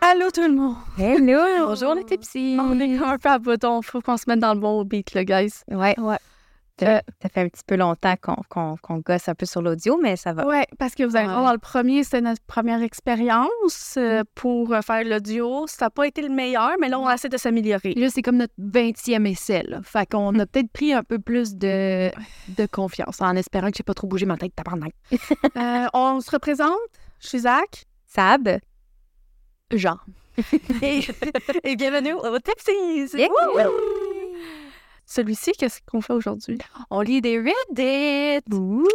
Allô tout le monde! Mm. Hello! Bonjour les tipsy! On est comme un peu à bout, on faut qu'on se mette dans le bon beat, le guys. Ouais. Ouais. Euh, Ça, ça fait un petit peu longtemps qu'on qu'on- qu'on gosse un peu sur l'audio, mais ça va. Ouais, parce que vous allez Ouais. voir, le premier, c'était notre première expérience euh, pour euh, faire le duo. Ça n'a pas été le meilleur, mais là, on essaie de s'améliorer. Puis là, c'est comme notre 20e essai. Là. Fait qu'on a peut-être pris un peu plus de, de confiance en espérant que j'ai pas trop bougé ma tête. Tabarnak. Euh, on se représente, je suis Zach. Sab? Genre. Et, et bienvenue au Tipsies! Yeah. Wouhou! Celui-ci, qu'est-ce qu'on fait aujourd'hui? On lit des Reddit. Ouh!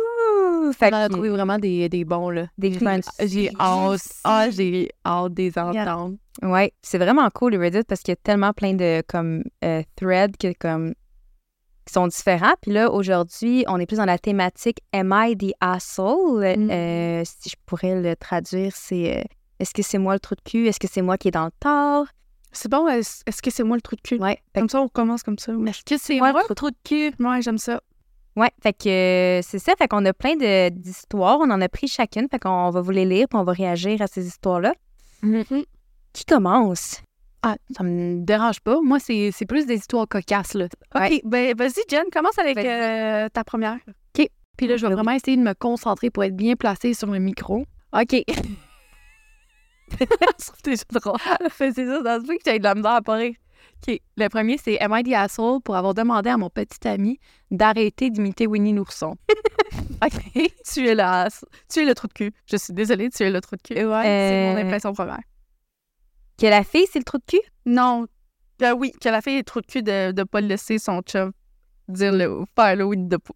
Fait On en a que- trouvé vraiment des, des bons. Là. Des crunchs. J'ai hâte. Ah, j'ai hâte des entendre. Ouais, Puis c'est vraiment cool le Reddit parce qu'il y a tellement plein de comme euh, threads que, comme, qui sont différents. Puis là, aujourd'hui, on est plus dans la thématique Am I the asshole? Mm. Euh, si je pourrais le traduire, c'est euh, Est-ce que c'est moi le trou de cul? Est-ce que c'est moi qui est dans le tort? C'est bon, est-ce est-ce que c'est moi le trou de cul? Ouais. Fait que- Comme ça, on commence comme ça. Est-ce que c'est Ouais, moi trop- trop de cul? Ouais, j'aime ça. Ouais, fait que euh, c'est ça. Fait qu'on a plein de- d'histoires. On en a pris chacune. Fait qu'on va vous les lire puis on va réagir à ces histoires-là. Mm-hmm. Qui commence? Ah, ça me dérange pas. Moi, c'est c'est plus des histoires cocasses. Là. OK, Ouais. ben vas-y, Jen, commence avec Vas-y. euh, ta première. Puis là, je Ben vais oui. vraiment essayer de me concentrer pour être bien placée sur le micro. OK. je trouve déjà drôle. Fais- C'est ça, dans ce truc, j'ai de la misère à pas rire. OK. Le premier, c'est Am I the asshole pour avoir demandé à mon petit ami d'arrêter d'imiter Winnie l'ourson. OK. Tu es la... tu es le trou de cul. Je suis désolée, tu es le trou de cul. Ouais, c'est mon Euh, impression première. Que la fille, c'est le trou de cul? Non, que oui, que la fille est trou de cul de ne pas laisser son chum dire le faire le oui de pou-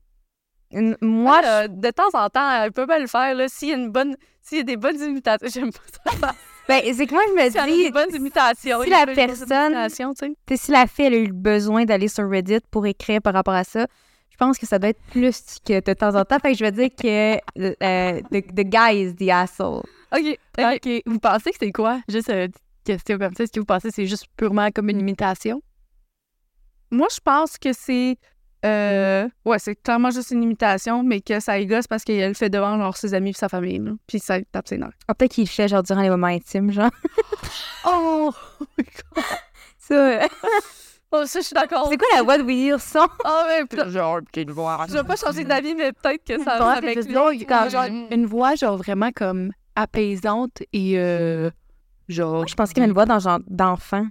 N- Moi, Moi, Ah, là, de temps en temps, elle peut bien le faire là s'il y a une bonne s'il y a des bonnes imitations, j'aime pas ça. ben, c'est que moi, je S'il y a des me dis, bonnes imitations. si il y a la des bonnes personne- imitations, tu sais. t'sais, si la fille elle a eu le besoin d'aller sur Reddit pour écrire par rapport à ça, je pense que ça doit être plus que de temps en temps. Fait que je vais dire que euh, the, the guy is the asshole. OK. OK. Vous pensez que c'est quoi? Juste euh, une petite question comme ça. Est-ce que vous pensez que c'est juste purement comme une imitation? Moi, je pense que c'est Mm-hmm. euh, ouais, c'est clairement juste une imitation, mais que ça y gosse parce qu'elle le fait devant genre, ses amis et sa famille, là. puis ça tape ses nerfs. Ah, peut-être qu'il le fait genre durant les moments intimes, genre. Oh, Ça, euh, oh, ça, je suis d'accord. c'est quoi la voix de Winnie l'ourson? Ah ouais, puis là, je vais pas changer d'avis, mais peut-être que ça va Ouais, avec c'est lui. drôle, quand genre, Mm. une voix genre vraiment comme apaisante et euh, genre Moi, je pense qu'il y a une voix dans genre d'enfant.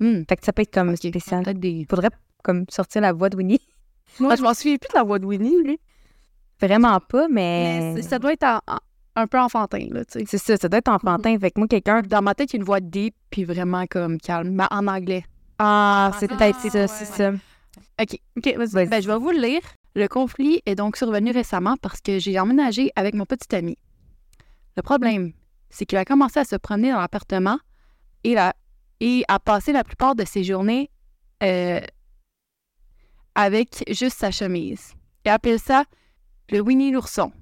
Hmm, fait que ça peut être comme spécial. peut-être des Il faudrait comme sortir la voix de Winnie. Moi, Ah, je m'en souviens plus de la voix de Winnie, lui. Vraiment pas, Mais mais. c'est- ça doit être en- en- un peu enfantin, là, tu sais. C'est ça, ça doit être enfantin. Fait que moi, quelqu'un. dans ma tête il y a une voix deep puis vraiment comme calme mais en anglais. Ah, c'est peut-être ça, ouais. c'est ça. OK. OK, vas-y. Vas-y. Ben je vais vous le lire. Le conflit est donc survenu récemment parce que j'ai emménagé avec mon petit ami. Le problème, c'est qu'il a commencé à se promener dans l'appartement et, la- et a passé la plupart de ses journées euh, avec juste sa chemise. Il appelle ça le Winnie l'ourson.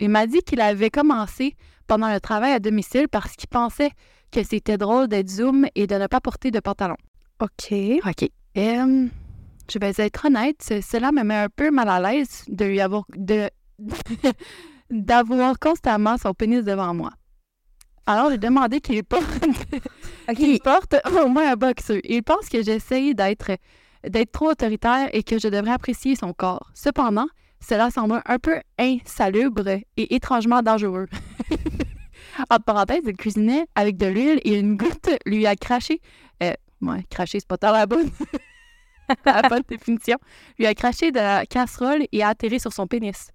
Il m'a dit qu'il avait commencé pendant le travail à domicile parce qu'il pensait que c'était drôle d'être zoom et de ne pas porter de pantalon. OK. OK. Euh, je vais être honnête, ce- cela me met un peu mal à l'aise de lui avoir de d'avoir constamment son pénis devant moi. Alors, j'ai demandé qu'il porte, qu'il porte au moins un boxeur. Il pense que j'essaye d'être d'être trop autoritaire et que je devrais apprécier son corps. Cependant, cela semble un peu insalubre et étrangement dangereux. Entre parenthèses, il cuisinait avec de l'huile et une goutte lui a craché. Euh, ouais, craché, c'est pas tant la bonne. la bonne définition. Lui a craché de la casserole et a atterri sur son pénis.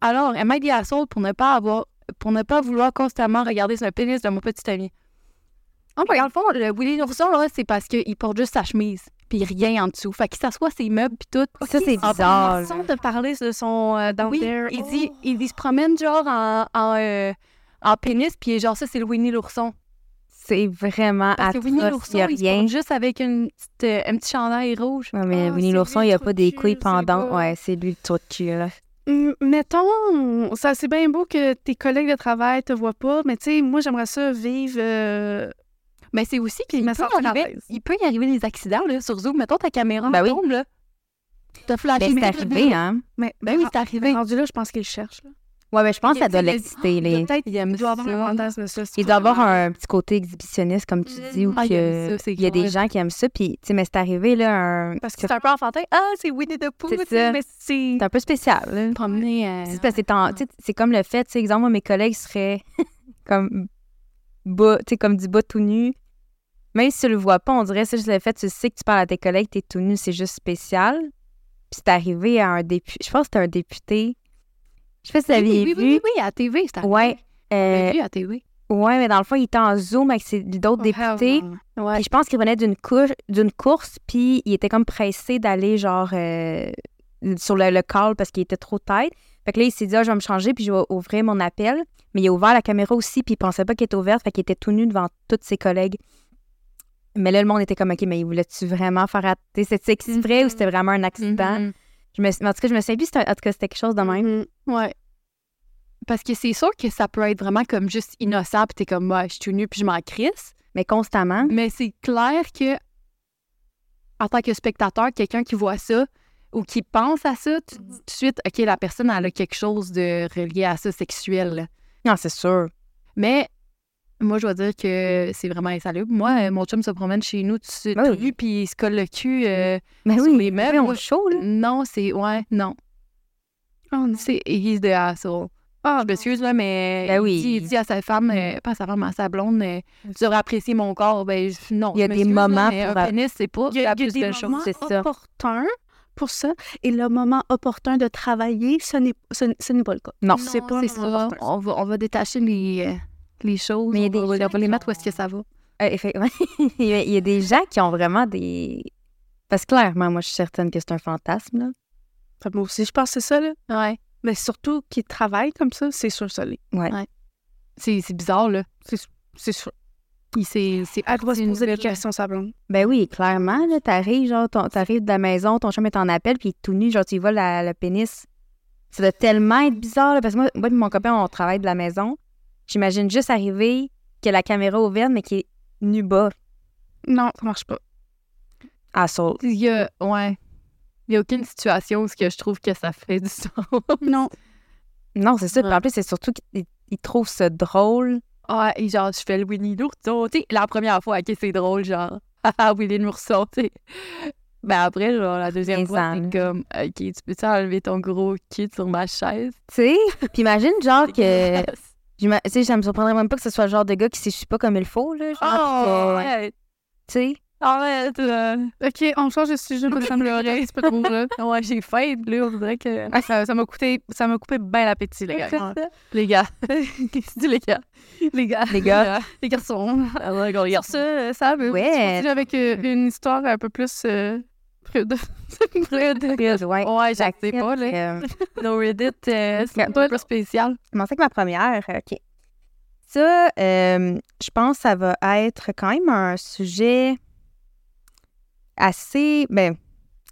Alors, elle m'a dit à Saul pour ne pas avoir pour ne pas vouloir constamment regarder sur le pénis de mon petit ami. Oh, mais dans le fond, le Willy l'ourson, là, c'est parce qu'il porte juste sa chemise, puis rien en dessous. Fait qu'il s'assoit ses meubles, puis tout. Ça, Oh, c'est Ah, bizarre. là. Sans te parler de son euh, down Oui, there. il dit, il dit, se promène genre en, en, euh, en pénis, puis genre ça, c'est le Winnie l'ourson. C'est vraiment Parce que Winnie atroce. Il l'ourson, n'y a il se porte rien. juste avec une petite, euh, un petit chandail rouge. Non, mais Ah, Winnie c'est l'ourson, lui il le n'y a trou pas de des cul, couilles c'est pendantes. pas- Ouais, c'est lui le trou de cul, là. Hum, Mettons, ça c'est bien beau que tes collègues de travail te voient pas, mais tu sais, moi j'aimerais ça vivre. euh, Mais c'est aussi qu'il Il me peut, sort y la arriver- thèse. il peut y arriver des accidents là, sur Zoom. Mettons ta caméra Ben oui. tombe, là. T'as flashé. Ben, c'est arrivé, hein? Mais Ah. Ben oui, c'est arrivé. rendu là, je pense qu'ils le cherchent. là. Ouais, mais je pense Il que y a- ça doit il y a- l'exciter. Il y a les- peut-être Ah, Il aime il doit avoir un ça. fantasme ça. c'est Il doit avoir probablement. un petit côté exhibitionniste, comme tu dis, ou Ah, il aime que ça, c'est il y a des clair. gens qui aiment ça. Puis, tu sais, mais c'est arrivé, là, un... Parce que c'est c'est un peu enfantin. Ah, c'est Winnie the Pooh, C'est tu sais, ça. mais c'est... c'est un peu spécial, là. Promener. euh, C'est parce que t'es en- tu sais, c'est comme le fait, tu sais, exemple, moi, mes collègues seraient comme bas, tu sais, comme du bas tout nu. Même si tu le vois pas, on dirait c'est juste le fait, tu sais que tu parles à tes collègues, t'es tout nu, c'est juste spécial. Puis c'est arrivé à un député, je pense que c'était un député. Je sais pas si vous oui, l'aviez oui, vu. oui, oui, oui, à la TV, c'est arrivé. Ouais. On euh, l'a vu à la TV. ouais, mais dans le fond, il était en zoom avec ses- d'autres députés. Ouais. Puis je pense qu'il venait d'une couche- d'une course, puis il était comme pressé d'aller genre euh, sur le, le call parce qu'il était trop tête. Fait que là, il s'est dit, Ah, je vais me changer, puis je vais ouvrir mon appel. Mais il a ouvert la caméra aussi, puis il pensait pas qu'elle était ouverte, fait qu'il était tout nu devant tous ses collègues. Mais là, le monde était comme, OK, mais voulais-tu vraiment faire. att- t'sais, C'était exprès ou c'était vraiment un accident? Mhm. Je me, en tout cas, je me souviens plus, c'était un- en tout cas, c'était quelque chose de même. Mhm. Ouais. Parce que c'est sûr que ça peut être vraiment comme juste innocent, puis t'es comme, moi, je suis tout nu, puis je m'en crisse. Mais constamment. Mais c'est clair que, en tant que spectateur, quelqu'un qui voit ça ou qui pense à ça, tu te dis tout de suite, OK, la personne, elle a quelque chose de relié à ça sexuel. là. Non, c'est sûr. Mais moi, je dois dire que c'est vraiment insalubre. Moi, euh, mon chum se promène chez nous, tu Ah Mm-hmm. oui. nu, puis il se colle le cul. euh, Mais Sur Ben oui, les meubles, oui, on moi, est chaud, là. non, c'est. Ouais, non. Oh non. C'est he's the asshole. Ah, je m'excuse, là, mais Ben il oui. Mm. dit, il dit à sa femme, euh, pas à sa femme, à sa blonde, euh, tu devrais apprécier mon corps. Ben, je- non. Il y a je des m'excuse, là, moments mais pour Un a- pénis, c'est pas Il y a, la il y a plus belle des chose. moments c'est ça. opportuns pour ça et le moment opportun de travailler, ce n'est, ce, n- ce n'est pas le cas. Non. c'est pas C'est le moment ça. opportun. On va, on va détacher les, euh, les choses. Mais il y a on va- des gens on va les qui mettre où ont- est-ce que ça va. Euh, effe- ouais. il, y a, il y a des gens qui ont vraiment des. Parce que clairement, moi, je suis certaine que c'est un fantasme. Là. Fait que Moi aussi, je pense que c'est ça, là. Ouais. Mais surtout qu'ils travaillent comme ça, c'est sûr, ça l'est. C'est c'est bizarre, là. C'est sûr. Il s'est. c'est Elle doit parti se une poser des nouvelle- questions, sa blonde. Ben oui, clairement, là, t'arrives, genre, ton- t'arrives de la maison, ton chum est en appel, puis il est tout nu, genre, tu y vois la, le pénis. Ça doit tellement être bizarre, là, parce que moi, moi et mon copain, on travaille de la maison. J'imagine juste arriver, que la caméra est ouverte, mais qu'il est nu bas, Ah, Non, ça marche pas. à sol. Il y a. Ouais. Il n'y a aucune situation où ce que je trouve que ça fait du sens. Non. Non, c'est ça. Puis Ouais. en plus, c'est surtout qu'il il trouve ça drôle. Ah, et genre, je fais le Winnie l'ourson. Tu sais, la première fois, ok, c'est drôle, genre, ah, haha, Winnie l'ourson, tu sais. Ben après, genre, la deuxième Mais fois, ça, c'est comme, ok, tu peux-tu enlever ton gros kit sur ma chaise? Tu sais? Puis imagine, genre, que. J'ima- Tu sais, ça me surprendrait même pas que ce soit le genre de gars qui s'échoue pas comme il faut, là. Genre, Ah, puis que- Oh, arrête, Tu sais? arrête, euh, là. OK, on change de sujet. parce que ça me fait un petit peu trop, là. Ouais, j'ai faim, là, on dirait que... Ah, ça, ça m'a coûté, ça m'a coupé bien l'appétit, les C'est gars. ça. Les gars, qu'est-ce que tu dis, les gars? les gars, Les gars. les garçons. Ah, ouais, qu'on Sur regarde ce, euh, Sam, euh, Ouais. tu continues avec euh, une histoire un peu plus euh, prude. prude. Ouais. Ouais, je sais J'accepte, pas, là. euh, No Reddit, euh, c'est Regarde. un peu spécial. commencer avec ma première. euh, OK. Ça, euh, je pense que ça va être quand même un sujet assez. Ben,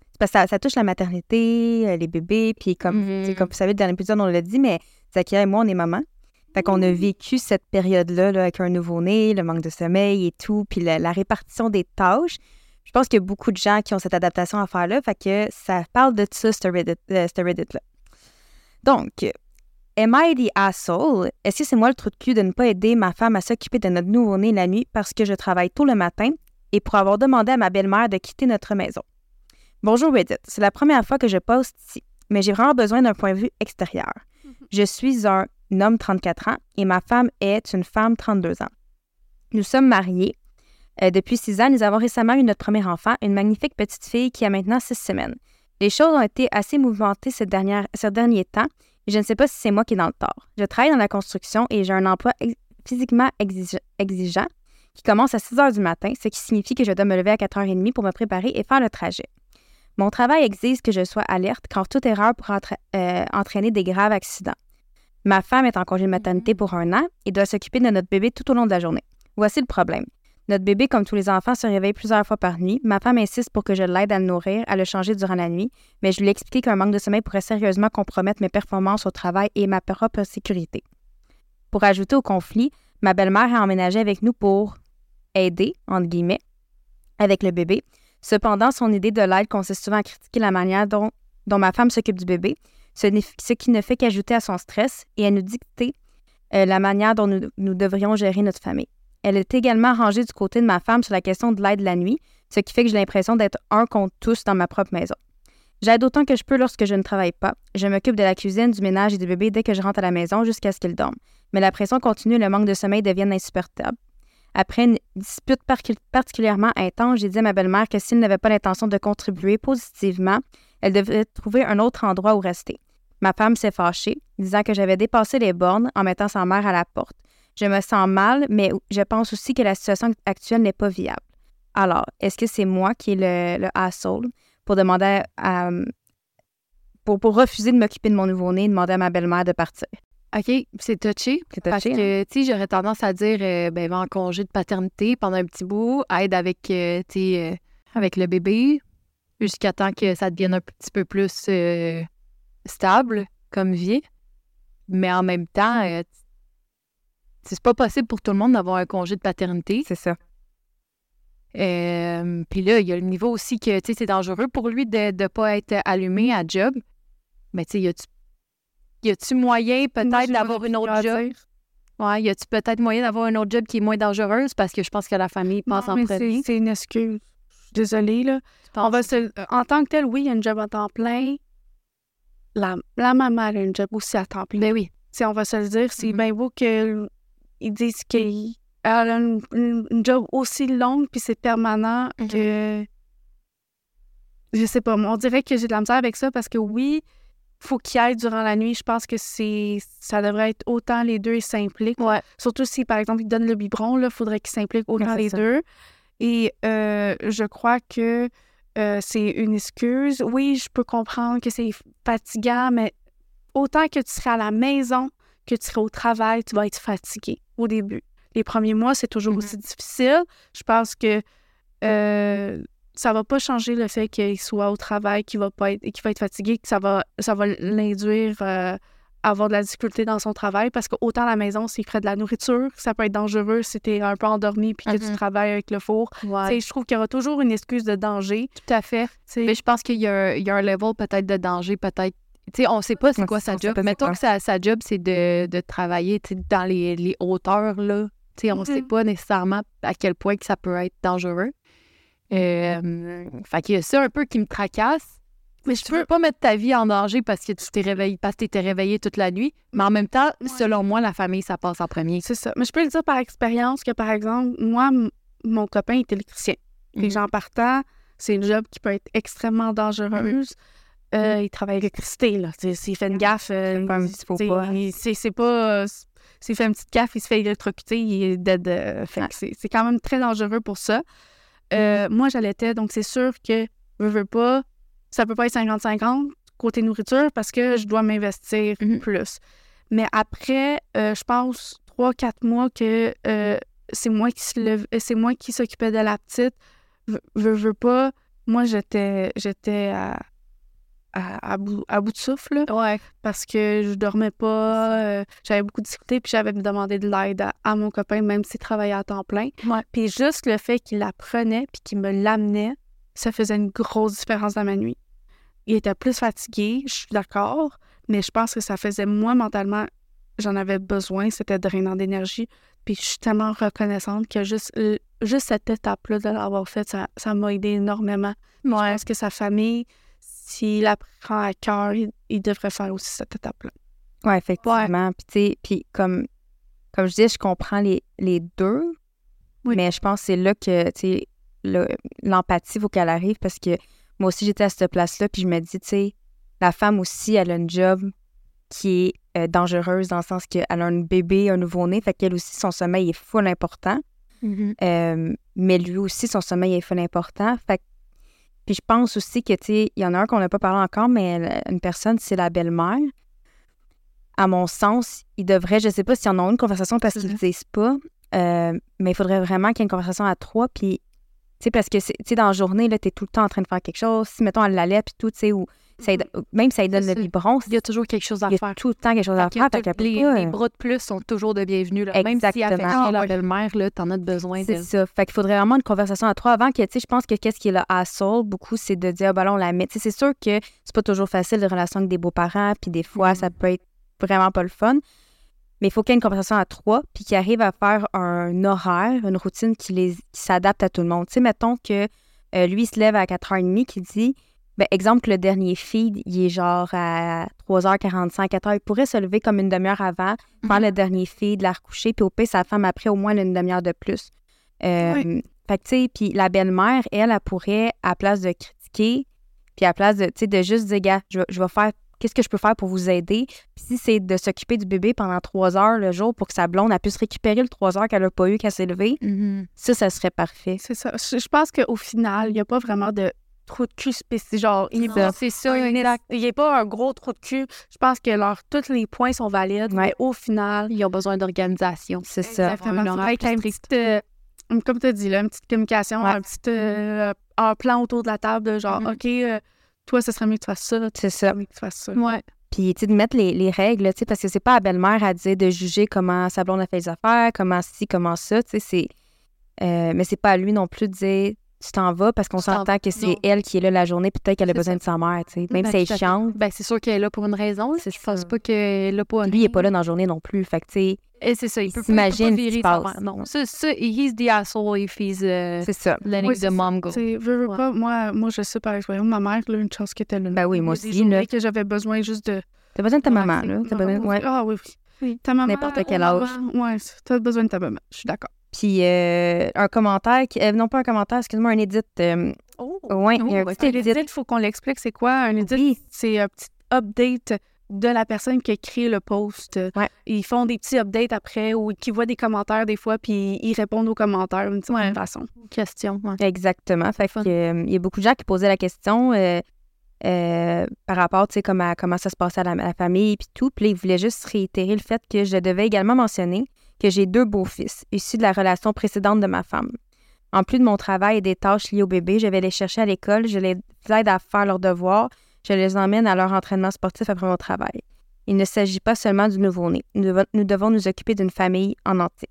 c'est parce que ça, ça touche la maternité, euh, les bébés, puis comme, tu sais, Mhm. comme vous savez, dans l'épisode, on l'a dit, mais Zakia et moi, on est maman. Fait qu'on a vécu cette période-là là, avec un nouveau-né, le manque de sommeil et tout, puis la, la répartition des tâches. Je pense qu'il y a beaucoup de gens qui ont cette adaptation à faire là, fait que ça parle de ça, ce Reddit- euh, ce Reddit-là. Donc, Am I the asshole? Est-ce que c'est moi le trou de cul de ne pas aider ma femme à s'occuper de notre nouveau-né la nuit parce que je travaille tôt le matin et pour avoir demandé à ma belle-mère de quitter notre maison? Bonjour Reddit, c'est la première fois que je poste ici, mais j'ai vraiment besoin d'un point de vue extérieur. Je suis un homme 34 ans et ma femme est une femme 32 ans. Nous sommes mariés. Euh, depuis six ans, nous avons récemment eu notre premier enfant, une magnifique petite fille qui a maintenant six semaines. Les choses ont été assez mouvementées ces, dernières, ces derniers temps et je ne sais pas si c'est moi qui est dans le tort. Je travaille dans la construction et j'ai un emploi ex- physiquement exige- exigeant qui commence à 6 heures du matin, ce qui signifie que je dois me lever à 4h30 pour me préparer et faire le trajet. Mon travail exige que je sois alerte car toute erreur pourrait entra- euh, entraîner des graves accidents. Ma femme est en congé de maternité pour un an et doit s'occuper de notre bébé tout au long de la journée. Voici le problème. Notre bébé, comme tous les enfants, se réveille plusieurs fois par nuit. Ma femme insiste pour que je l'aide à le nourrir, à le changer durant la nuit, mais je lui ai expliqué qu'un manque de sommeil pourrait sérieusement compromettre mes performances au travail et ma propre sécurité. Pour ajouter au conflit, ma belle-mère a emménagé avec nous pour aider, entre guillemets, avec le bébé. Cependant, son idée de l'aide consiste souvent à critiquer la manière dont, dont ma femme s'occupe du bébé, ce, n'est- ce qui ne fait qu'ajouter à son stress et à nous dicter euh, la manière dont nous, nous devrions gérer notre famille. Elle est également rangée du côté de ma femme sur la question de l'aide la nuit, ce qui fait que j'ai l'impression d'être un contre tous dans ma propre maison. J'aide autant que je peux lorsque je ne travaille pas. Je m'occupe de la cuisine, du ménage et du bébé dès que je rentre à la maison jusqu'à ce qu'il dorme. Mais la pression continue et le manque de sommeil deviennent insupportables. Après une dispute par- particulièrement intense, j'ai dit à ma belle-mère que s'il n'avait pas l'intention de contribuer positivement, elle devait trouver un autre endroit où rester. Ma femme s'est fâchée, disant que j'avais dépassé les bornes en mettant sa mère à la porte. Je me sens mal, mais je pense aussi que la situation actuelle n'est pas viable. Alors, est-ce que c'est moi qui est le, le asshole pour demander à, à- pour, pour refuser de m'occuper de mon nouveau-né et demander à ma belle-mère de partir? OK, c'est touché. C'est Parce touché, hein? que, tu sais, j'aurais tendance à dire, euh, ben, va en congé de paternité pendant un petit bout, aide avec, euh, tu sais, euh, avec le bébé, jusqu'à temps que ça devienne un petit peu plus euh, stable comme vie. Mais en même temps, Mmh. euh, t- c'est pas possible pour tout le monde d'avoir un congé de paternité. C'est ça. Euh, Puis là, il y a le niveau aussi que, tu sais, c'est dangereux pour lui de ne pas être allumé à job. Mais, tu sais, y a-tu- y a-tu moyen Moi, peut-être j'ai d'avoir pas une autre d'opinion à job? dire. Ouais, y a-tu peut-être moyen d'avoir un autre job qui est moins dangereuse parce que je pense que la famille pense Non, en mais premier. c'est- C'est une excuse. Désolée, là. Tu On penses- va se- euh, En tant que tel, oui, il y a une job à temps plein. La, la maman elle a une job aussi à temps plein. Ben oui. Si on va se le dire, c'est Mhm. bien beau qu'ils disent qu'elle a une, une- une job aussi longue puis c'est permanent Mm-hmm. Mhm. que. Je sais pas, moi, on dirait que j'ai de la misère avec ça parce que oui, faut qu'il aille durant la nuit. Je pense que c'est ça devrait être autant les deux ils s'impliquent. Ouais. Surtout si, par exemple, il donne le biberon, il faudrait qu'il s'implique autant Ouais, c'est les ça. deux. Et euh, je crois que euh, c'est une excuse. Oui, je peux comprendre que c'est fatigant, mais autant que tu seras à la maison que tu seras au travail, tu vas être fatigué au début. Les premiers mois, c'est toujours Mhm. aussi difficile. Je pense que euh, ça va pas changer le fait qu'il soit au travail, qu'il va pas être, qu'il va être fatigué, que ça va, ça va l'induire euh, à avoir de la difficulté dans son travail parce que autant à la maison, s'il ferait de la nourriture, ça peut être dangereux si t'es un peu endormi puis que Mhm. tu travailles avec le four. Tu Ouais, sais, Je trouve qu'il y aura toujours une excuse de danger. tout à fait. C'est Mais je pense qu'il y, a un- il y a un level peut-être de danger, peut-être. Tu sais, on sait pas c'est On quoi sait- sa on sait job. pas c'est Mettons quoi. que sa, sa job, c'est de, de travailler tu sais, dans les, les hauteurs, là. Tu sais, on Mhm. sait pas nécessairement à quel point que ça peut être dangereux. Euh, fait qu'il y a ça un peu qui me tracasse. Mais tu veux pas mettre ta vie en danger parce que tu t'es réveillé, parce que t'étais réveillé toute la nuit. Mais en même temps, Ouais. selon moi, la famille, ça passe en premier. C'est ça. Mais je peux le dire par expérience que, par exemple, moi, m- mon copain est électricien. Les Mhm. gens partant, c'est une job qui peut être extrêmement Mm-hmm. dangereuse. Euh, il travaille à l'électricité, là. Tu sais, S'il fait une gaffe, euh, pas un petit faux tu sais, pas. il- C'est c'est pas... euh, c'est- S'il fait une petite gaffe, il se fait électrocuter, il est dead. euh, fait que Ouais. c'est- C'est quand même très dangereux pour ça. Euh, Mm-hmm. moi, j'allaitais, donc c'est sûr que, veux, veux pas, ça peut pas être 50-50 côté nourriture parce que je dois m'investir Mhm. Mm-hmm. plus. Mais après, euh, je pense, 3-4 mois que euh, c'est moi qui se leve- c'est moi qui s'occupais de la petite. Je veux, veux pas, moi, j'étais j'étais à, à, à bout, à bout de souffle là, Ouais. parce que je dormais pas, euh, j'avais beaucoup de difficultés, puis j'avais demandé de l'aide à, à mon copain, même s'il travaillait à temps plein. Ouais. Puis juste le fait qu'il la prenait puis qu'il me l'amenait, ça faisait une grosse différence dans ma nuit. Il était plus fatigué, je suis d'accord, mais je pense que ça faisait moi mentalement, j'en avais besoin, c'était drainant d'énergie. Puis je suis tellement reconnaissante que juste, euh, juste cette étape-là de l'avoir faite, ça ça m'a aidé énormément. Puis Je Ouais. pense que sa famille, s'il la prend à cœur, il, il devrait faire aussi cette étape-là. Oui, effectivement. Puis, tu sais, puis comme, comme je dis, je comprends les, les deux, Oui. mais je pense que c'est là que, tu sais, le- l'empathie, il faut qu'elle arrive parce que moi aussi, j'étais à cette place-là, puis je me dis, tu sais, la femme aussi, elle a une job qui est euh, dangereuse dans le sens qu'elle a un bébé, un nouveau-né, fait qu'elle aussi, son sommeil est full important. Mm-hmm. Euh, mais lui aussi, son sommeil est full important. Fait que- puis je pense aussi que, tu sais, il y en a un qu'on n'a pas parlé encore, mais elle- une personne, c'est la belle-mère. À mon sens, il devrait, je sais pas s'ils en ont une conversation parce qu'ils ne disent pas, euh, mais il faudrait vraiment qu'il y ait une conversation à trois. Puis, tu sais, parce que, c'est- tu sais, dans la journée, là, tu es tout le temps en train de faire quelque chose. Si, mettons, elle l'allait, puis tout, tu sais, ou Ça lui don- même si ça lui donne Mm-hmm. C'est le ça. biberon, Il y a toujours quelque chose à il y faire. a tout le temps quelque chose à Fait que faire. Fait tout- qu'elle peut les, pas, les euh, bras de plus sont toujours de bienvenue. Là. Même si elle fait Exactement. chier Ah, la ouais. belle-mère, là, t'en as de besoin C'est d'elle. ça. Fait qu'il faudrait vraiment une conversation à trois avant que, tu sais, je pense que qu'est-ce qui est le hassle beaucoup, c'est de dire, ah, ben là, on la met. Tu sais, c'est sûr que c'est pas toujours facile les relations avec des beaux-parents, puis des fois, Mhm. ça peut être vraiment pas le fun. Mais il faut qu'il y ait une conversation à trois, puis qu'il arrive à faire un horaire, une routine qui, les, qui s'adapte à tout le monde. Tu sais, mettons que euh, lui, il se lève à 4h30, qui dit, ben, exemple, que le dernier feed, il est genre à 3h45, 4h, il pourrait se lever comme une demi-heure avant, faire le dernier feed, la recoucher, puis au pire, sa femme après au moins une demi-heure de plus. Euh, Fait que, tu sais, puis la belle-mère, elle, elle pourrait, à place de critiquer, puis à place de, tu sais, de juste dire, gars, je, vais- je vais faire, qu'est-ce que je peux faire pour vous aider? Puis si c'est de s'occuper du bébé pendant trois heures le jour pour que sa blonde, elle puisse récupérer le trois heures qu'elle n'a pas eu, qu'elle s'est levée, Mhm. ça, ça serait parfait. C'est ça. Je je pense qu'au final, il n'y a pas vraiment de trou de cul spécifique. Genre, il est Non, pas- Ah, C'est ça, un- exact. Il n'y a pas un gros trou de cul. Je pense que leur, tous les points sont valides, Ouais. mais au final, Ils ont besoin d'organisation. C'est ça. Un Exactement. horaire Avec plus une strict. petite, euh, comme tu as dit, là, une petite communication, Ouais. Mm-hmm. un petit euh, un plan autour de la table, de genre, Mhm. OK, euh, toi, ce serait mieux que tu fasses ça, tu C'est ça. serais mieux que tu fasses ça. Ouais. Puis, tu sais, de mettre les, les règles, tu sais, parce que c'est pas à belle-mère à dire de juger comment sa blonde a fait les affaires, comment ci, comment ça, tu sais, c'est... euh, mais c'est pas à lui non plus de dire tu t'en vas parce qu'on Tu t'en s'entend que c'est non. elle qui est là la journée, puis peut-être qu'elle a C'est besoin ça. de sa mère, tu sais. Même Ben, si elle tout à est fait. chiante, Ben, c'est sûr qu'elle est là pour une raison. là. C'est Je pense ça. pas qu'elle est là pour une lui, il est pas là dans la journée non plus. Fait que, tu sais, Et c'est ça, il Il peut pas- il peut s'imagine pas ce qui virer se sa passe. mère, Non, ça, ça, he's the asshole if he's euh, c'est ça. letting Oui, the c'est ça. mom go. Tu sais, veux, veux Ouais. pas, moi, moi, je sais par exemple, ma mère, là, une chose qui était là. Ben oui, moi Il y a des aussi, journées là. que j'avais besoin juste de. T'as besoin de ta Ouais, maman, c'est- là. T'as Ma besoin... maman, ouais. Ah oui, oui. Ta maman. N'importe quel maman, âge. Ouais, t'as besoin de ta maman. Je suis d'accord. Puis, euh, un commentaire... Qui... euh, non, pas un commentaire, excuse-moi, un edit. euh, Oh! ouais, il y a un Oh, petit L'édit, il faut qu'on l'explique, c'est quoi un édit? Oui. C'est un petit update de la personne qui a créé le post. Ouais. Ils font des petits updates après ou qui voient des commentaires des fois, puis ils répondent aux commentaires d'une certaine Ouais. façon. Question, ouais. Exactement. Fait Fun. que, euh, il y a beaucoup de gens qui posaient la question euh, euh, par rapport, tu sais, comme à comment ça se passait à la, à la famille puis tout. Puis là, ils voulaient juste réitérer le fait que je devais également mentionner que j'ai deux beaux-fils issus de la relation précédente de ma femme. En plus de mon travail et des tâches liées au bébé, je vais les chercher à l'école, je les aide à faire leurs devoirs, je les emmène à leur entraînement sportif après mon travail. Il ne s'agit pas seulement du nouveau-né. Nous devons- nous devons nous occuper d'une famille en entier.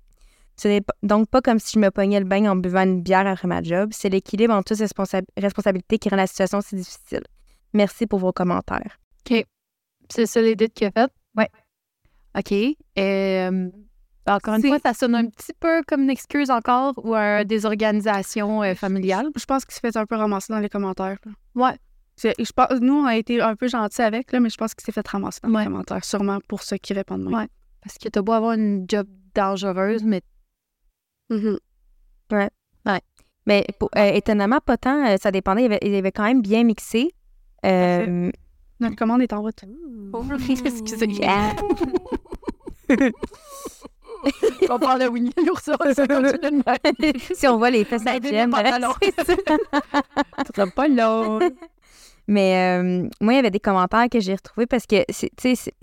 Ce n'est p- donc pas comme si je me pognais le bain en buvant une bière après ma job. C'est l'équilibre entre toutes ces responsa- responsabilités qui rend la situation si difficile. Merci pour vos commentaires. C'est ça l'édite qu'il a fait? Ouais. OK. Euh, encore une C'est- fois, ça sonne un petit peu comme une excuse encore ou une désorganisation euh, familiale. Je pense qu'il se fait un peu ramasser dans les commentaires. là. Ouais. C'est- Je pense, nous, on a été un peu gentils avec, là, mais je pense qu'il s'est fait ramasser dans Ouais. les commentaires, sûrement pour ceux qui répondent moins. Ouais. Parce que t'as beau avoir une job dangereuse, mais Mhm. Mais pour- euh, étonnamment, pas tant, euh, ça dépendait. Il avait, il avait quand même bien mixé. Euh, Notre commande est en route. Excusez. Yeah. on parle de Winnie l'ourson, ça continue de même. si on voit les fesses à Ben, Jem, ben, pantalon. c'est ça. pas là. Mais euh, moi, il y avait des commentaires que j'ai retrouvés parce que, c'est- tu sais, c'est-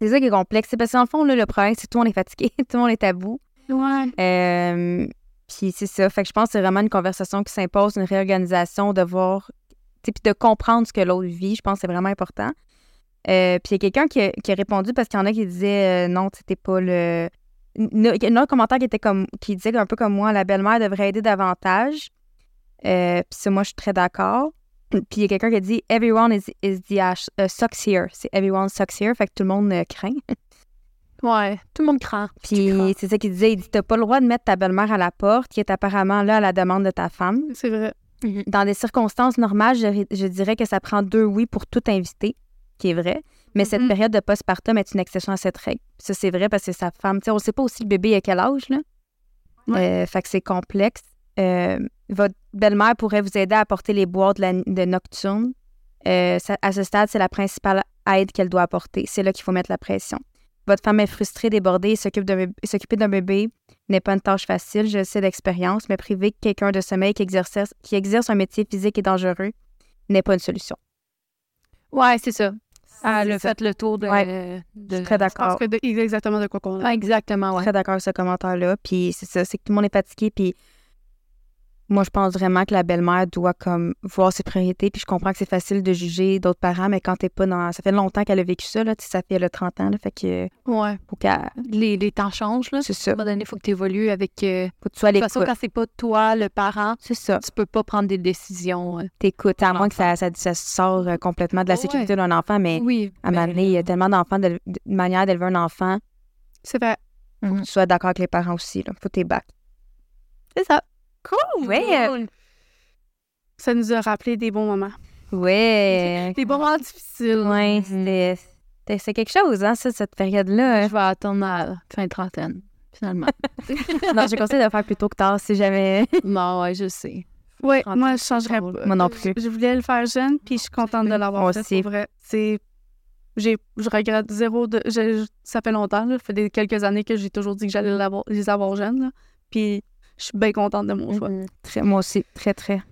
c'est ça qui est complexe. C'est parce qu'en fond, là, le problème, c'est que tout le monde est fatigué, tout le monde est à bout. Ouais. Euh, puis c'est ça. Fait que je pense que c'est vraiment une conversation qui s'impose, une réorganisation, de voir, tu sais, puis de comprendre ce que l'autre vit. Je pense que c'est vraiment important. Euh, puis il y a quelqu'un qui, a- qui a répondu parce qu'il y en a qui disait euh, non, c'était pas le. Il y a un autre commentaire qui était comme qui disait un peu comme moi, la belle-mère devrait aider davantage. Euh, puis ça, moi, je suis très d'accord. Puis il y a quelqu'un qui a dit Everyone is, is the ash, euh, sucks here. C'est everyone sucks here. Fait que tout le monde euh, craint. Ouais, tout le monde craint. Puis c'est ça qu'il disait, il dit t'as pas le droit de mettre ta belle-mère à la porte, qui est apparemment là à la demande de ta femme. C'est vrai. Dans des circonstances normales, je, je dirais que ça prend deux oui pour tout invité, qui est vrai. Mais cette Mhm. période de postpartum est une exception à cette règle. Ça, c'est vrai parce que sa femme, tu sais, on sait pas aussi le bébé à quel âge, là. Euh, fait que c'est complexe. Euh, votre belle-mère pourrait vous aider à apporter les boîtes de, la- de nocturne. Euh, ça- à ce stade, c'est la principale aide qu'elle doit apporter. C'est là qu'il faut mettre la pression. Votre femme est frustrée, débordée, et s'occupe d'un bébé- s'occuper d'un bébé n'est pas une tâche facile, je le sais d'expérience, mais priver quelqu'un de sommeil qui exerce, qui exerce un métier physique et dangereux n'est pas une solution. Ouais, c'est ça. Ah, le C'est ça. fait le tour de. Je de- suis très Je pense d'accord. que de- exactement de quoi qu'on a. Ouais, exactement, Je suis ouais. très d'accord avec ce commentaire-là. Puis c'est ça, c'est que tout le monde est fatigué. Puis Moi, je pense vraiment que la belle-mère doit comme voir ses priorités. Puis je comprends que c'est facile de juger d'autres parents, mais quand t'es pas dans. Ça fait longtemps qu'elle a vécu ça, là. tu sais, Ça fait le 30 ans, là. Fait que Ouais. faut qu'elle. Les, les temps changent, là. C'est À ça. un moment donné, il faut que tu évolues avec. euh, Faut que tu sois à De toute façon, l'écoute. quand c'est pas toi, le parent, C'est ça. tu peux pas prendre des décisions. euh. T'écoutes, à moins que ça, ça, ça sort euh, complètement de la Ouais. sécurité d'un enfant, mais Oui. à un moment donné, il y a tellement d'enfants, de, de manières d'élever un enfant, C'est vrai. tu sois d'accord avec les parents aussi. Là. Faut tes bacs. C'est ça. Oh, Cool! Ouais. Cool. Ça nous a rappelé des bons moments. Ouais. Mm-hmm. Des bons moments difficiles. Ouais, c'était- c'était- c'est quelque chose, hein, ça, cette période-là. hein. Je vais attendre à la fin trentaine, finalement. non, je conseille de le faire plus tôt que tard si jamais. non, ouais, je sais. Oui, Trente moi, je changerais Bon, pas. moi non plus. Je voulais le faire jeune, puis je suis contente de l'avoir Moi fait. aussi. Pour vrai. C'est... J'ai... Je regrette zéro de... je- je- Ça fait longtemps, là. Ça fait des- quelques années que j'ai toujours dit que j'allais l'avoir- les avoir jeunes, là. Puis je suis bien contente de Mhm. mon choix. Très- moi aussi, très, très.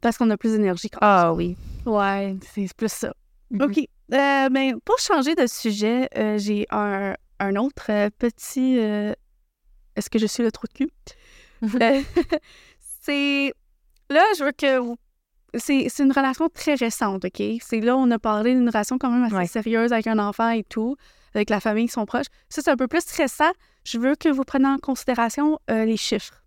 Parce qu'on a plus d'énergie. quand Ah oui. Ouais, c'est plus ça. Mhm. OK. Euh, ben, pour changer de sujet, euh, j'ai un, un autre euh, petit. euh, Est-ce que je suis le trou de cul? Euh, c'est. Là, je veux que vous. C'est c'est une relation très récente, OK? C'est là, on a parlé d'une relation quand même assez Ouais. sérieuse avec un enfant et tout, avec la famille qui sont proches. Ça, c'est un peu plus récent. Je veux que vous preniez en considération euh, les chiffres.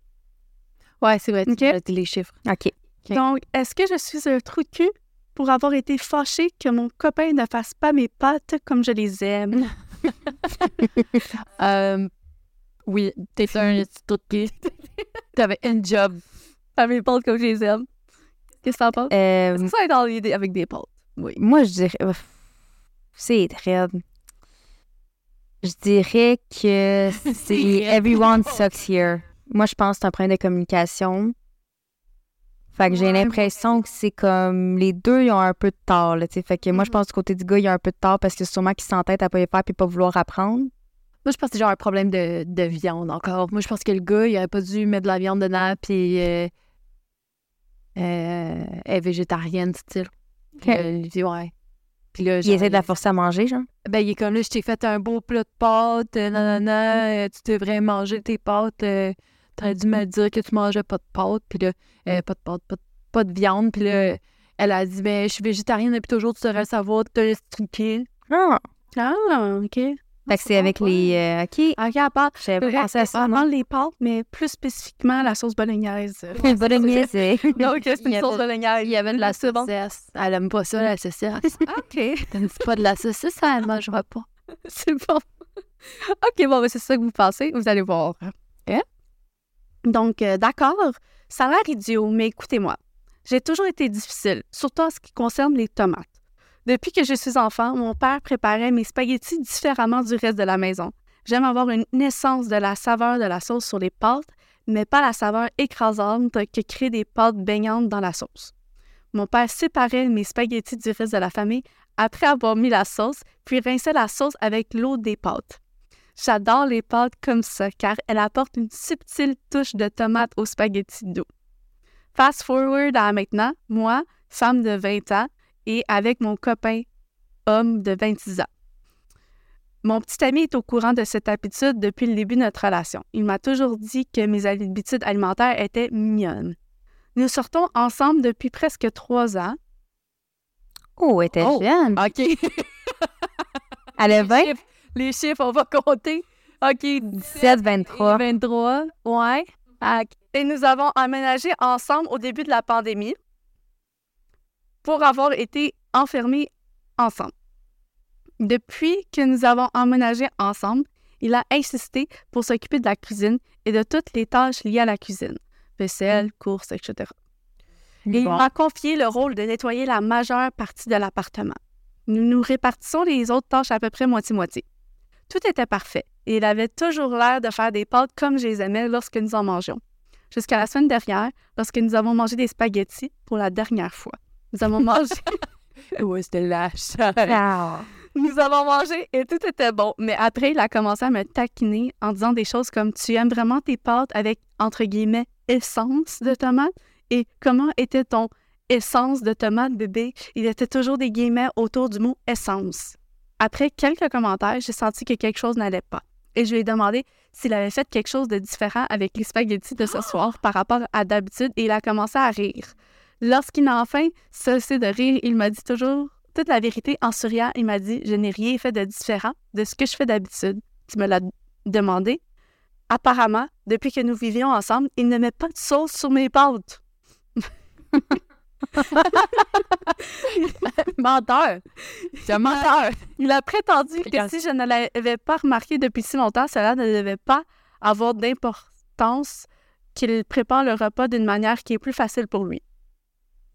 Ouais, c'est vrai. tu Ok. as les chiffres. OK. Ok. Donc, est-ce que je suis un trou de cul pour avoir été fâchée que mon copain ne fasse pas mes pâtes comme je les aime? Euh, oui, t'es un petit truc qui. T'avais un job. Faire mes pâtes comme je les aime. Qu'est-ce que t'en penses? Euh, Est-ce que ça est dans l'idée avec des pâtes? moi, je dirais. ouf, C'est très. Je dirais que c'est raide. everyone sucks here. Moi, je pense que c'est un problème de communication. Fait que j'ai Ouais, moi l'impression que c'est comme les deux, ils ont un peu de tort. Là, tu sais. fait que moi, je Mhm. pense du côté du gars, il y a un peu de tort parce que sûrement qu'il s'entête à pas les faire puis pas vouloir apprendre. Moi, je pense que c'est genre un problème de, de viande encore. Moi, je pense que le gars, il aurait pas dû mettre de la viande dedans, puis. Euh, euh, elle est végétarienne, style. Puis, euh, il dit, ouais. Puis là, Il genre, essaie de la forcer à manger, genre. Ben, il est comme là, je t'ai fait un beau plat de pâtes, euh, nanana, euh, tu devrais manger tes pâtes. euh, T'aurais dû me dire que tu mangeais pas de pâtes, puis là, euh, pas de pâtes, pas de, pas de viande. Puis là, elle a dit, ben, je suis végétarienne depuis toujours, tu devrais le savoir, tu te laisses tranquille. Ah! Ah, OK. Fait que c'est avec les. euh, OK. Ok, à part, J'avais pas pensé à ça. Vraiment les pâtes, mais plus spécifiquement la sauce bolognaise. Une bolognaise. euh, Donc, c'est Il y une sauce avait- bolognaise. il y avait de la C'est bon. saucisse. Elle aime pas ça, la saucisse. OK. Elle ne pas de la saucisse, elle mangera pas. C'est bon. OK, bon, ben, c'est ça que vous pensez. Vous allez voir. Hein? Donc, euh, d'accord. Ça a l'air idiot, mais écoutez-moi. J'ai toujours été difficile, surtout en ce qui concerne les tomates. Depuis que je suis enfant, mon père préparait mes spaghettis différemment du reste de la maison. J'aime avoir une naissance de la saveur de la sauce sur les pâtes, mais pas la saveur écrasante que créent des pâtes baignantes dans la sauce. Mon père séparait mes spaghettis du reste de la famille après avoir mis la sauce, puis rinçait la sauce avec l'eau des pâtes. J'adore les pâtes comme ça, car elles apportent une subtile touche de tomate aux spaghettis d'eau. Fast forward à maintenant, moi, femme de 20 ans, et avec mon copain, homme de 26 ans. Mon petit ami est au courant de cette habitude depuis le début de notre relation. Il m'a toujours dit que mes habitudes alimentaires étaient mignonnes. Nous sortons ensemble depuis presque trois ans. Oh, elle était Oh. jeune. Ok. Elle a 20, chiffres, les chiffres, on va compter. OK, 17, 23. 23, ouais. Ac- Et nous avons emménagé ensemble au début de la pandémie pour avoir été enfermés ensemble. Depuis que nous avons emménagé ensemble, il a insisté pour s'occuper de la cuisine et de toutes les tâches liées à la cuisine, vaisselle, courses, etc. Et il Bon. m'a confié le rôle de nettoyer la majeure partie de l'appartement. Nous nous répartissons les autres tâches à peu près moitié-moitié. Tout était parfait et il avait toujours l'air de faire des pâtes comme je les aimais lorsque nous en mangions. Jusqu'à la semaine dernière, lorsque nous avons mangé des spaghettis pour la dernière fois. Nous avons mangé, Ouais, c'était lâche. Ah. nous avons mangé et tout était bon. Mais après, il a commencé à me taquiner en disant des choses comme tu aimes vraiment tes pâtes avec entre guillemets essence de tomate et comment était ton essence de tomate bébé Il était toujours des guillemets autour du mot essence. Après quelques commentaires, j'ai senti que quelque chose n'allait pas et je lui ai demandé s'il avait fait quelque chose de différent avec les spaghettis de ce soir par rapport à d'habitude et il a commencé à rire. Lorsqu'il a enfin cessé de rire, il m'a dit toujours toute la vérité en souriant. Il m'a dit Je n'ai rien fait de différent de ce que je fais d'habitude. Tu me l'as demandé. Apparemment, depuis que nous vivions ensemble, il ne met pas de sauce sur mes pâtes. menteur! C'est un menteur! Il a prétendu Quelqu'un- que si je ne l'avais pas remarqué depuis si longtemps, cela ne devait pas avoir d'importance qu'il prépare le repas d'une manière qui est plus facile pour lui.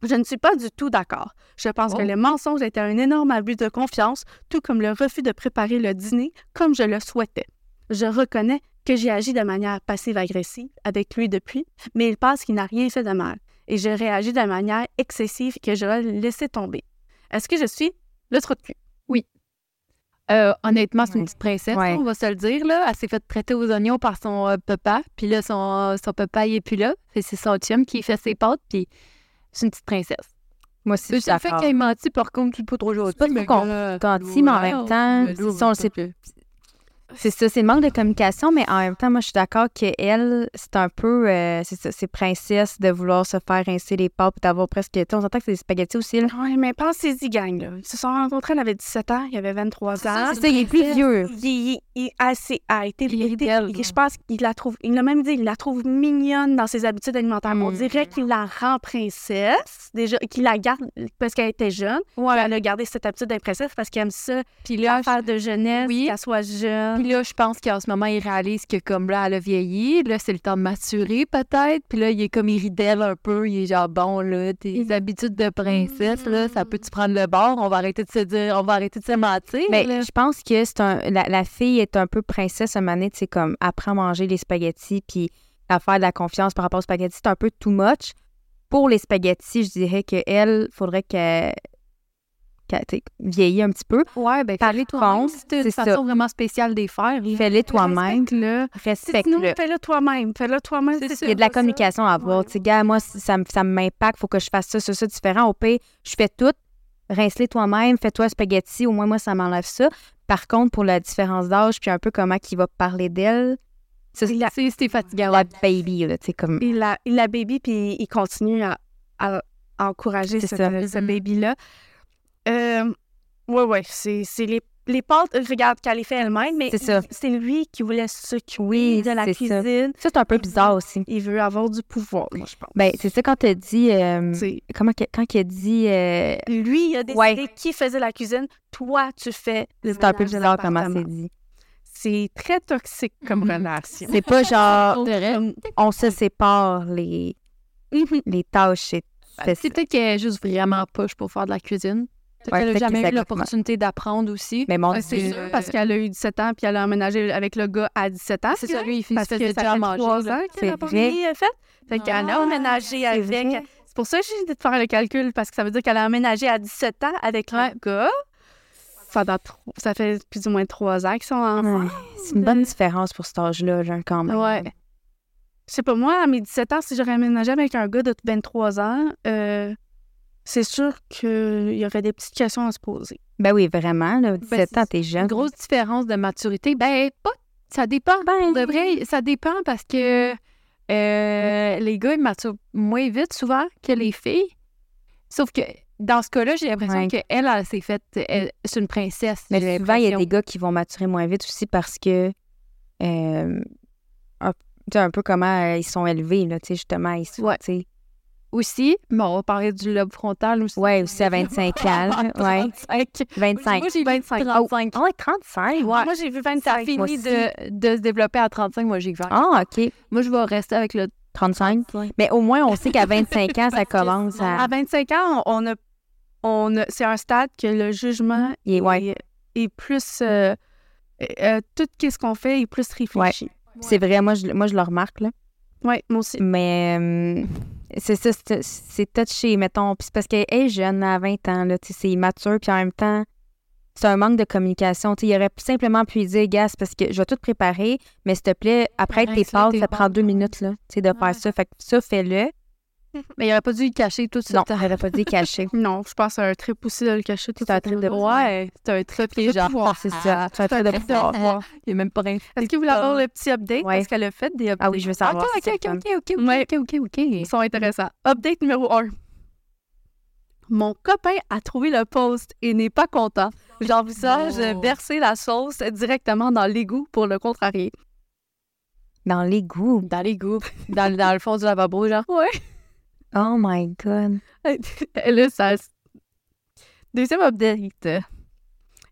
Je ne suis pas du tout d'accord. Je pense Oh. que le mensonge était un énorme abus de confiance, tout comme le refus de préparer le dîner comme je le souhaitais. Je reconnais que j'ai agi de manière passive-agressive avec lui depuis, mais il pense qu'il n'a rien fait de mal, et je réagis de manière excessive que je l'ai laissé tomber. Est-ce que je suis le trou de cul? Euh, honnêtement, c'est une Ouais. petite princesse, Ouais. on va se le dire. Là. Elle s'est faite traiter aux oignons par son euh, papa. Puis là, son, euh, son papa, il est plus là. Fait que c'est son chum qui fait ses pâtes. Puis c'est une petite princesse. Moi aussi, je Le suis seul fait d'accord. qu'elle ait menti, par contre, tu peux trop jouer. pas trop gentil, mais en même temps, si on le sait C'est ça, c'est le manque de communication, mais en même temps, moi, je suis d'accord qu'elle, c'est un peu, euh, c'est ça, c'est princesse de vouloir se faire rincer les pattes et d'avoir presque, tu sais, on s'entend que c'est des spaghettis aussi, là. Oui, mais pensez-y, gang. Là. Ils se sont rencontrés, elle avait 17 ans, il avait 23 ans. C'est ça, il est plus vieux. Il, il, il- ah, c'est- ah, était- Il est était- rebelle, il- ouais. je pense qu'il la trouve, il l'a même dit, il la trouve mignonne dans ses habitudes alimentaires. On Mm. dirait qu'il la rend princesse, déjà, qu'il la garde parce qu'elle était jeune. Ouais. Elle a gardé cette habitude d'être princesse parce qu'elle aime ça, Puis là, faire de jeunesse, Oui. qu'elle soit jeune. Puis là, je pense qu'en ce moment, il réalise que comme là, elle a vieilli, là, c'est le temps de maturer peut-être. Puis là, il est comme iridelle un peu. Il est genre, bon, là, tes habitudes de princesse, là, Mm. ça peut-tu prendre le bord? On va arrêter de se dire, on va arrêter de se mentir. Mais là. je pense que c'est un, la, la fille est un peu princesse à mané, tu sais, comme apprend à manger les spaghettis, puis à faire de la confiance par rapport aux spaghettis, c'est un peu too much. Pour les spaghettis, je dirais qu'elle, faudrait qu'elle qu'elle, tu sais, vieillisse un petit peu. Ouais, ben, Parler de toi-même, France, c'est une c'est façon ça. vraiment spéciale des faire. là. Fais-le toi-même, Respecte-le. Sinon, respecte-le. fais-le toi-même, fais-le toi-même. C'est si tu ça. Il y a de la veux ça. communication à avoir. Ouais. Tu sais, gars, moi, si ça me- ça m'impacte, faut que je fasse ça, ça, ça différent. Au pire, je fais tout. Rince-les toi-même, fais-toi un spaghetti, au moins, moi, ça m'enlève ça. Par contre, pour la différence d'âge, puis un peu comment qu'il va parler d'elle, ça, c'est Il la, C'est c'est fatigant. la baby, là, tu sais, comme. il la, il la baby, puis il continue à, à- à encourager C'est cette- ça. Mm-hmm. ce Mhm. baby-là. Euh, ouais, ouais, c'est c'est les, les pâtes, euh, regarde, qu'elle les fait elle-même, mais C'est ça. il- c'est lui qui voulait s'occuper Oui, de la c'est ça. cuisine. Ça, c'est un peu bizarre aussi. Il veut avoir du pouvoir, moi, je pense. Ben, c'est ça quand t'as dit. euh, C'est- comment que- quand il a dit. euh, lui, il a décidé Ouais. qui faisait la cuisine. Toi, tu fais le c'est un peu ménage de bizarre comment Mm-hmm. l'appartement. c'est dit. C'est très toxique comme relation. C'est pas genre. Intérêt. Comme- On se sépare les, Mhm. les tâches. et tu fais ça. Bah, C'est peut-être qu'elle est juste vraiment poche pour faire de la cuisine. Peut-être Ouais, qu'elle n'a peut-être que jamais ça eu coûte l'opportunité d'apprendre aussi. Ah, Mais mon Ouais, Dieu. c'est C'est sûr, sûr, parce qu'elle a eu 17 ans, puis elle a emménagé avec le gars à 17 ans. C'est ça, lui, il fait parce que ça fait déjà à manger. trois là. ans qu'elle a C'est pas vrai. mis, euh, fait. Fait qu'elle a Ah, emménagé avec... vrai. C'est pour ça que j'ai dit de faire le calcul, parce que ça veut dire qu'elle a emménagé à 17 ans avec Ouais. le gars. Ça, date trop- ça fait plus ou moins trois ans qu'ils sont ensemble. Ouais, C'est une bonne différence pour cet âge-là, genre, quand même. Ouais. Je sais pas, moi, à mes 17 ans, si j'aurais aménagé avec un gars de 23 ans, euh, c'est sûr qu'il y aurait des petites questions à se poser. Ben oui, vraiment, là, 17 c'est- ans, t'es Une jeune. grosse différence de maturité. Ben, pas. Ça dépend. Pour de vrai, ça dépend parce que euh, les gars, ils maturent moins vite souvent que les filles. Sauf que dans ce cas-là, j'ai l'impression Ouais. qu'elle, elle, s'est faite. elle- C'est une princesse. Mais j'ai souvent, il y a l'impression. des gars qui vont maturer moins vite aussi parce que. euh, un, tu sais, un peu comment euh, ils sont élevés, là, tu sais, justement. Ils sont, Ouais. tu sais. Aussi, bon, on va parler du lobe frontal aussi. Ouais, aussi à 25 ans. là, Ouais. 35. 25. Moi, j'ai lu 25. 35. Ah ouais, 35. Ouais. Moi, j'ai vu ça 25. finit moi aussi. de, de se développer à 35. Moi, j'ai vingt. Ah, OK. Moi, je vais rester avec le 35. Mais au moins, on sait qu'à 25 ans, ça commence À à. 25 ans, on on a, on a- c'est un stade que le jugement Il est- ouais. est, est plus... euh, euh, tout ce qu'on fait est plus réfléchi. C'est vrai, moi je, moi, je le remarque, là. Oui, moi aussi. Mais euh, c'est ça, c'est- c'est touché, mettons. Puis c'est parce qu'elle est jeune, à 20 ans, là, tu sais, c'est immature, puis en même temps, c'est un manque de communication. Tu sais, il aurait simplement pu lui dire, gars, c'est parce que je vais tout préparer, mais s'il te plaît, après Rince-le tes pâtes, tes ça prend pâtes. deux minutes, là, tu sais, de faire ça. Fait que ça, fais-le. Mais il aurait pas dû le cacher tout de suite. Non, t'aurais pas dit caché. Non, je pense à un trip aussi de le cacher tout C'est un trip de- Ouais, c'est un trip les gens. pouvoir. C'est ça. Tu as un fait de trip pouvoir. de pouvoir. Il est même pas rien. Est-ce que vous voulez avoir le petit update? Ouais. Parce qu'elle a fait des updates. Ah oui, je veux savoir. Attends, si ok, c'est ok, fun. ok, ok, Ouais. ok, ok, ok. Ils sont intéressants. Update numéro 1. Mon copain a trouvé le post et n'est pas content. J'envisage de Non. verser la sauce directement dans l'égout pour le contrarier. Dans l'égout. Dans les goûts, dans, dans le fond du lavabo, genre. Ouais. Oh my God. Euh, Là, ça... Deuxième update.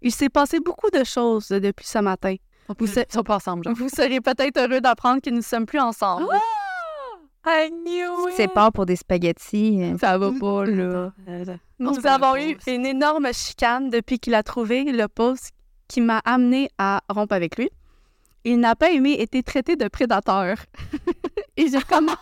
Il s'est passé beaucoup de choses depuis ce matin. Vous Ils sont pas ensemble, genre. Vous serez peut-être heureux d'apprendre que nous ne sommes plus ensemble. I knew Tu te sépares pour des spaghettis. euh, Ça va pas, là. Nous avons eu une énorme chicane depuis qu'il a trouvé le poste qui m'a amené à rompre avec lui. Il n'a pas aimé été traité de prédateur. Et j'ai recommencé.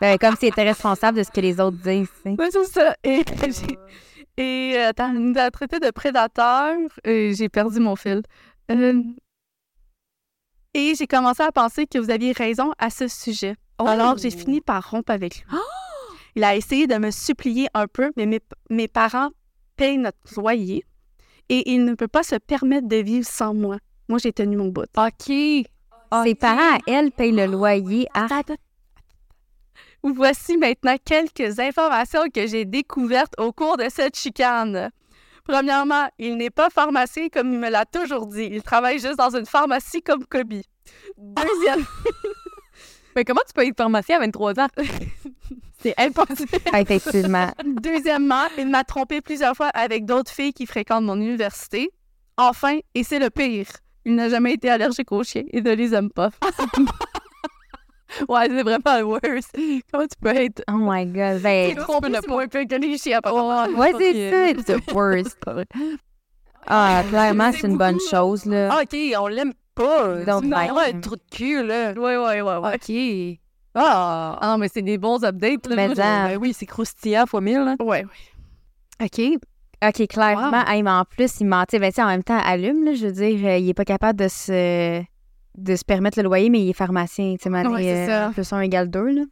ben, comme s'il était responsable de ce que les autres disent. tu sais. Ouais, c'est ça. Et, j'ai- et euh, attends, il nous a traité de prédateur. Euh, j'ai perdu mon fil. Euh, et j'ai commencé à penser que vous aviez raison à ce sujet. Alors, j'ai fini par rompre avec lui. Il a essayé de me supplier un peu, mais mes, mes parents payent notre loyer et il ne peut pas se permettre de vivre sans moi. Moi, j'ai tenu mon bout. Ah, OK. Ses parents, elles, payent le loyer. Ah, Voici maintenant quelques informations que j'ai découvertes au cours de cette chicane. Premièrement, il n'est pas pharmacien comme il me l'a toujours dit. Il travaille juste dans une pharmacie comme Kobe. Deuxième, Mais comment tu peux être pharmacien à 23 ans? c'est important. effectivement. Deuxièmement, il m'a trompé plusieurs fois avec d'autres filles qui fréquentent mon université. Enfin, et c'est le pire, il n'a jamais été allergique aux chiens et ne les aime pas. Ouais, c'est vraiment le worst. Comment tu peux être... Oh my God. Ben, trompé ne moins pire que les chiens. ouais, c'est ça. It's the worst. Ah, clairement, c'est une bonne chose, Euh. Ah, là. OK, on l'aime pas. Don't Non, like ouais, him. trop de cul, là. ben. Ouais, ouais, ouais, ouais. OK. Ah, ah, mais c'est des bons updates. là. Mais Moi, je- en. ben oui, c'est croustillant fois mille. là. Ouais, ouais. OK. OK, clairement. hey, mais en plus, il mentait. Ben, tu sais, en même temps, allume, là. Je veux dire, euh, il est pas capable de se de se permettre le loyer, mais il est pharmacien. Tu sais, mané, Ouais, c'est euh, ça. plus un égale deux, là.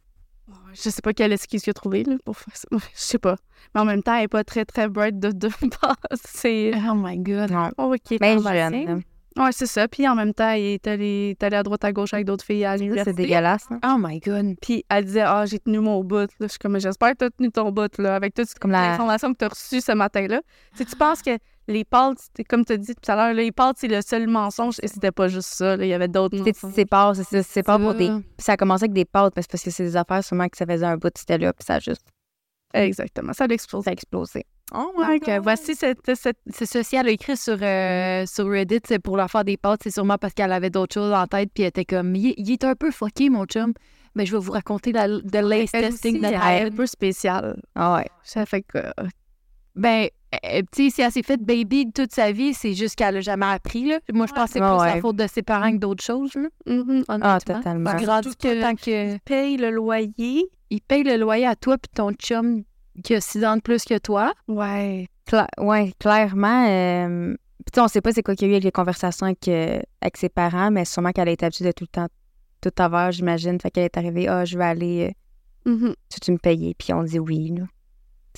Je sais pas quelle excuse qu'il a trouvé là, pour faire ça. Je sais pas. Mais en même temps, elle est pas très, très bright de deux base. C'est. Oh my God. Oh, ok, Mais pharmacien. Ben, jeune, là. Ouais, c'est ça. Puis en même temps, il est allé, il est allé à droite à gauche avec d'autres filles à Ça, l'université. C'est dégueulasse, hein. Oh my God. Puis elle disait Ah, j'ai tenu mon bout. Là. Je suis comme J'espère que tu as tenu ton bout là, avec toute Comme la- l'information que tu as reçue ce matin-là. Tu sais, tu penses que les pâtes, c'était- comme tu as dit tout à l'heure, là, les pâtes, c'est le seul mensonge et c'était pas juste ça. là. Il y avait d'autres Tu sais, tu te mensonges. sépares, c'est ça, tu te sépares pour des. Ça. Ça a commencé avec des pâtes, mais c'est parce que c'est des affaires sûrement que ça faisait un bout, c'était là, puis ça a juste Exactement. Ça l'explose. ça a explosé. Oh Ah my Donc, God. euh, voici cette, cette C'est ceci, elle a écrit sur, euh, sur Reddit, c'est pour leur faire des pâtes, c'est sûrement parce qu'elle avait d'autres choses en tête, puis elle était comme, il, il est un peu fucké, mon chum, mais je vais vous raconter la, the latest thing that elle est un happened. peu spéciale. Ah ouais. Ça fait que. euh, Ben, euh, tu sais, si elle s'est faite baby toute sa vie, c'est juste qu'elle a jamais appris, là. Moi, je pense que c'est Ouais, plus ouais. la faute de ses parents que d'autres choses, là, mhm. Ah, honnêtement. totalement. Tu grandis que tant que... paye le loyer. Il paye le loyer à toi puis ton chum qui a 6 ans de plus que toi. Ouais. Cla- ouais, clairement. euh, puis tu sais, on sait pas c'est quoi qu'il y a eu avec les conversations avec, euh, avec ses parents, mais sûrement qu'elle a été habituée de tout le temps, tout avoir, j'imagine. Fait qu'elle est arrivée, ah, je vais aller, euh, Mhm. tu, tu me payer? Puis on dit oui, là. Tu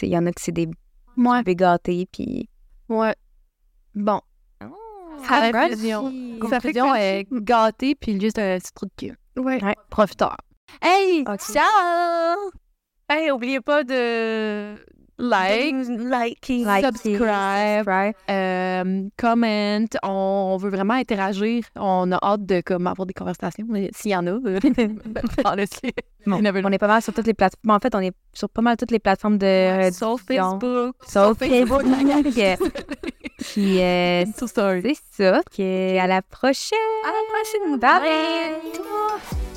sais, il y en a qui c'est des Ouais, bégatés, puis. ouais. Bon, Ça la fait conclusion. crunchy. Ça fait conclusion est crunchy. gâtée, puis juste un petit trou de cul. Ouais. Profiteur. Hey! Ok. Ciao! Hey, oubliez pas de Like, like, Like, subscribe, right? euh, comment. On, on veut vraiment interagir. On a hâte de comme, avoir des conversations, mais s'il y en a. euh, honestly. Bon, Il y en avait- on est pas mal sur toutes les plateformes. En fait, on est sur pas mal toutes les plateformes de. euh, sur discussion. Facebook. Sauf Facebook. Puis, euh, So sorry. c'est ça. que À la prochaine. À la prochaine. Bye.